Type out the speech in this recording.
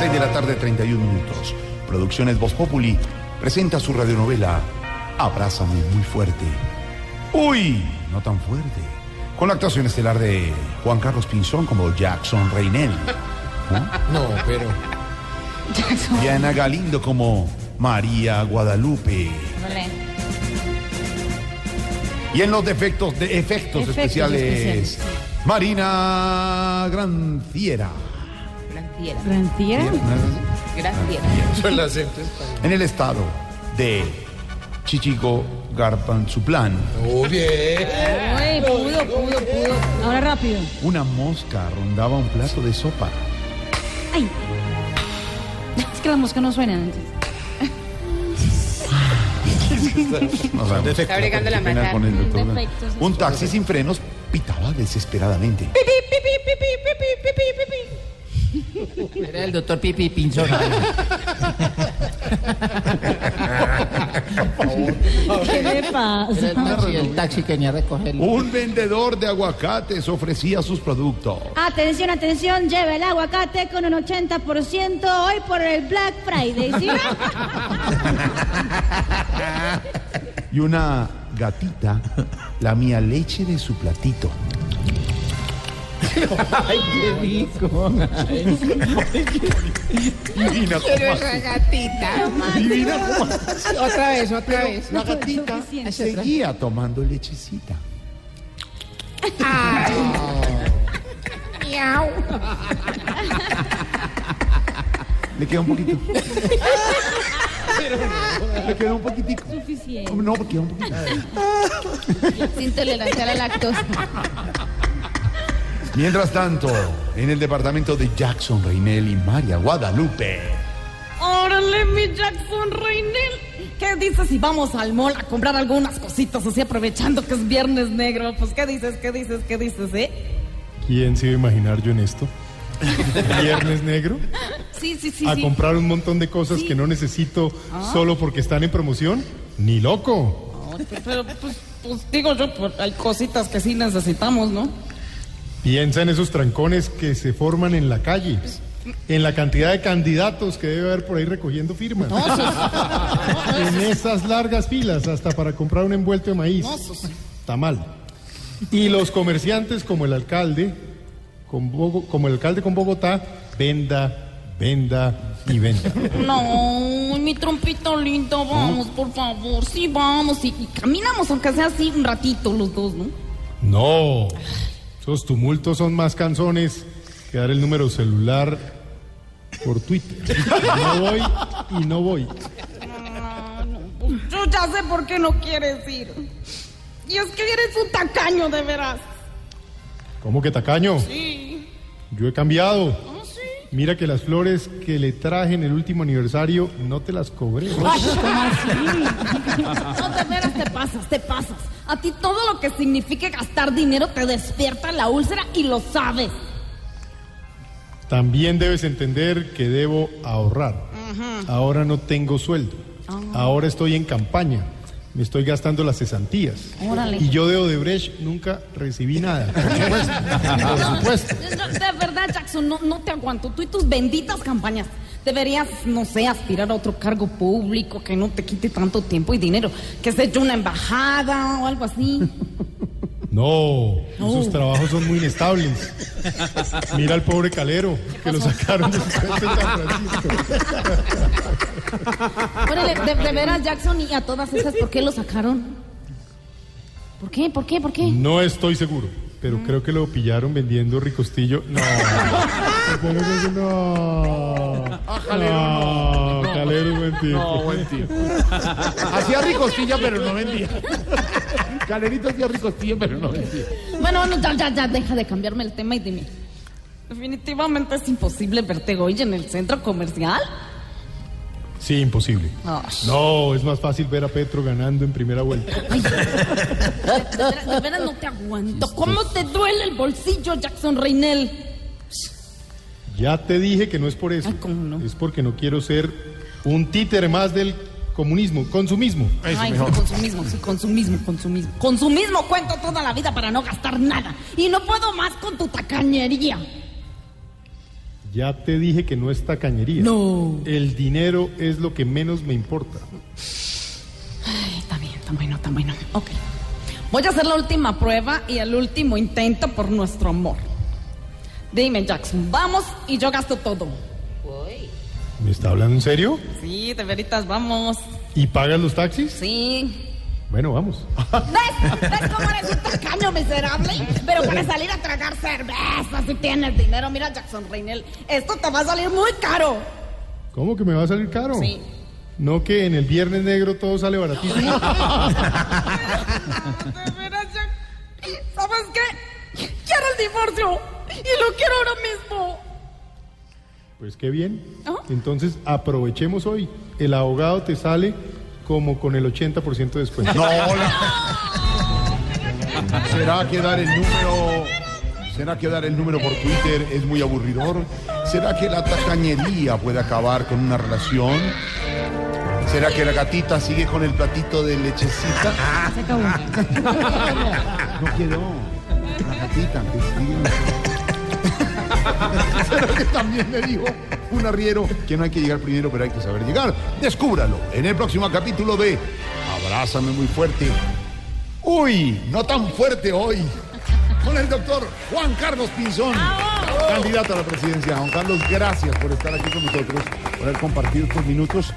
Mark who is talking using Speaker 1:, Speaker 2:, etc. Speaker 1: 6 de la tarde, 31 minutos. Producciones Voz Populi presenta su radionovela Abrázame muy fuerte. ¡Uy! No tan fuerte. Con la actuación estelar de Juan Carlos Pinzón como Jackson Reynel.
Speaker 2: No, pero.
Speaker 1: Y Ana Galindo como María Guadalupe. Y en los defectos de efectos,
Speaker 3: Efectos
Speaker 1: especiales,
Speaker 3: especiales.
Speaker 1: Marina Granciera.
Speaker 4: Gracias.
Speaker 3: ¿Franciera?
Speaker 2: Eso el acento español.
Speaker 1: En el estado de Chichico Garpanzuplán,
Speaker 2: Muy bien.
Speaker 3: Uy, pudo, pudo, pudo. Ahora rápido.
Speaker 1: una mosca rondaba un plato de sopa.
Speaker 3: ¡Ay! Es que las moscas no suenan antes.
Speaker 1: No sabemos.
Speaker 2: defecto.
Speaker 4: Está bregando la
Speaker 1: Qué pena
Speaker 4: mata.
Speaker 1: con el doctor.
Speaker 3: Un defecto, sí.
Speaker 1: Un taxi sin frenos pitaba desesperadamente.
Speaker 4: Era el doctor Pipi Pinzón.
Speaker 3: ¿Qué le
Speaker 4: Era
Speaker 3: pasa?
Speaker 4: el taxi, el taxi que venía a recogerlo.
Speaker 1: Un vendedor de aguacates ofrecía sus productos.
Speaker 3: Atención, atención, lleva el aguacate con un 80% hoy por el Black Friday, ¿sí?
Speaker 1: Y una gatita lamía leche de su platito.
Speaker 4: Ay, qué rico.
Speaker 1: Divina
Speaker 4: Pero
Speaker 1: como
Speaker 4: esa gatita.
Speaker 1: Divina como
Speaker 4: Otra vez, otra vez.
Speaker 1: La gatita
Speaker 3: Suficiente.
Speaker 1: seguía tomando lechecita.
Speaker 4: Miau.
Speaker 1: Le queda un poquito. Le queda un poquitico.
Speaker 3: Suficiente.
Speaker 1: No, porque queda un poquito.
Speaker 4: Sin tolerancia a la lactosa.
Speaker 1: Mientras tanto, en el departamento de Jackson, Reinel y María Guadalupe.
Speaker 5: Órale, mi Jackson Reynel. ¿Qué dices si vamos al mall a comprar algunas cositas así aprovechando que es viernes negro? Pues, ¿qué dices, qué dices, qué dices, eh?
Speaker 6: ¿Quién se iba a imaginar yo en esto? Viernes negro,
Speaker 5: Sí, sí, sí,
Speaker 6: a
Speaker 5: sí.
Speaker 6: comprar un montón de cosas que no necesito
Speaker 5: Ah.
Speaker 6: solo porque están en promoción, ni loco.
Speaker 5: Pero, pues, pues, digo yo, pues, hay cositas que sí necesitamos, ¿no?
Speaker 6: Piensa en esos trancones que se forman en la calle, en la cantidad de candidatos que debe haber por ahí recogiendo firmas,
Speaker 5: No, eso
Speaker 6: en esas largas filas hasta para comprar un envuelto de maíz, tamal. Y los comerciantes como el alcalde, con Bogo- como el alcalde con Bogotá, venda, venda y venda.
Speaker 5: es- No, mi trompito lindo, vamos, por favor, sí, vamos. Y, y caminamos, aunque sea así, un ratito los dos, ¿no?
Speaker 6: No, esos tumultos son más canzones que dar el número celular por Twitter. No voy y no voy.
Speaker 5: Ah, Yo ya sé por qué no quieres ir. Y es que eres un tacaño, de veras.
Speaker 6: ¿Cómo que tacaño?
Speaker 5: Sí.
Speaker 6: Yo he cambiado.
Speaker 5: ¿Ah, sí?
Speaker 6: Mira que las flores que le traje en el último aniversario no te las cobré.
Speaker 5: No, de veras te pasas, te pasas. A ti todo lo que signifique gastar dinero te despierta la úlcera y lo sabes.
Speaker 6: También debes entender que debo ahorrar. Ahora no tengo sueldo. Ahora estoy en campaña. Me estoy gastando las cesantías.
Speaker 5: Órale.
Speaker 6: Y yo de Odebrecht nunca recibí nada. Por supuesto. Ah, Por supuesto.
Speaker 5: No, De verdad, Jackson, no, no te aguanto. Tú y tus benditas campañas. Deberías, no sé, aspirar a otro cargo público que no te quite tanto tiempo y dinero. Que se hecho una embajada o algo así.
Speaker 6: No, esos trabajos son muy inestables. Mira al pobre calero que lo sacaron del puente de San Francisco.
Speaker 5: Órale, de, de veras, Jackson, y a todas esas, ¿por qué lo sacaron? ¿Por qué? ¿Por qué? ¿Por qué?
Speaker 6: No estoy seguro, pero creo que lo pillaron vendiendo ricostillo. No. Creo que No. No, Ah, calero es buen tipo.
Speaker 1: Hacía ricostilla, pero no vendía. Calerito hacía ricostilla, pero no vendía.
Speaker 5: Bueno, bueno, ya, ya, ya, deja de cambiarme el tema y dime. Definitivamente es imposible verte hoy en el centro comercial.
Speaker 6: Sí, imposible.
Speaker 5: Ay.
Speaker 6: No, es más fácil ver a Petro ganando en primera vuelta.
Speaker 5: De veras- de veras no te aguanto. ¿Cómo te duele el bolsillo, Jackson Reinel?
Speaker 6: Ya te dije que no es por eso.
Speaker 5: Ay, ¿cómo no?
Speaker 6: Es porque no quiero ser un títere más del comunismo, consumismo.
Speaker 5: Ay, sí, consumismo, sí, consumismo, consumismo. Consumismo cuento toda la vida para no gastar nada. Y no puedo más con tu tacañería.
Speaker 6: Ya te dije que no es tacañería.
Speaker 5: No.
Speaker 6: El dinero es lo que menos me importa.
Speaker 5: Ay, Está bien, está bueno, está bueno. Ok. Voy a hacer la última prueba y el último intento por nuestro amor. Dime, Jackson, vamos y yo gasto todo.
Speaker 6: ¿Me está hablando en serio?
Speaker 5: Sí, de veritas, vamos.
Speaker 6: ¿Y pagas los taxis?
Speaker 5: Sí.
Speaker 6: Bueno, vamos.
Speaker 5: ¿Ves? ¿Ves cómo eres un tacaño miserable? Pero para salir a tragar cerveza, si tienes dinero, mira, Jackson Reinel, esto te va a salir muy caro.
Speaker 6: ¿Cómo que me va a salir caro?
Speaker 5: Sí.
Speaker 6: No que en el viernes negro todo sale baratísimo.
Speaker 5: De veras, Jack- ¿Sabes qué? Quiero el divorcio y lo quiero ahora mismo.
Speaker 6: Pues qué bien.
Speaker 5: Ajá.
Speaker 6: Entonces aprovechemos hoy. El abogado te sale como con el 80% de descuento.
Speaker 1: No, la- ¿Será que dar el número? ¿Será que dar el número por Twitter es muy aburridor? ¿Será que la tacañería puede acabar con una relación? ¿Será que la gatita sigue con el platito de lechecita? No quiero. La gatita que sigue. ¿Será que también me dijo un arriero que no hay que llegar primero, pero hay que saber llegar? Descúbralo en el próximo capítulo de Abrázame muy fuerte. Uy, no tan fuerte hoy. Con el doctor Juan Carlos Pinzón, candidato a la presidencia. Juan Carlos, gracias por estar aquí con nosotros, por haber compartido estos minutos.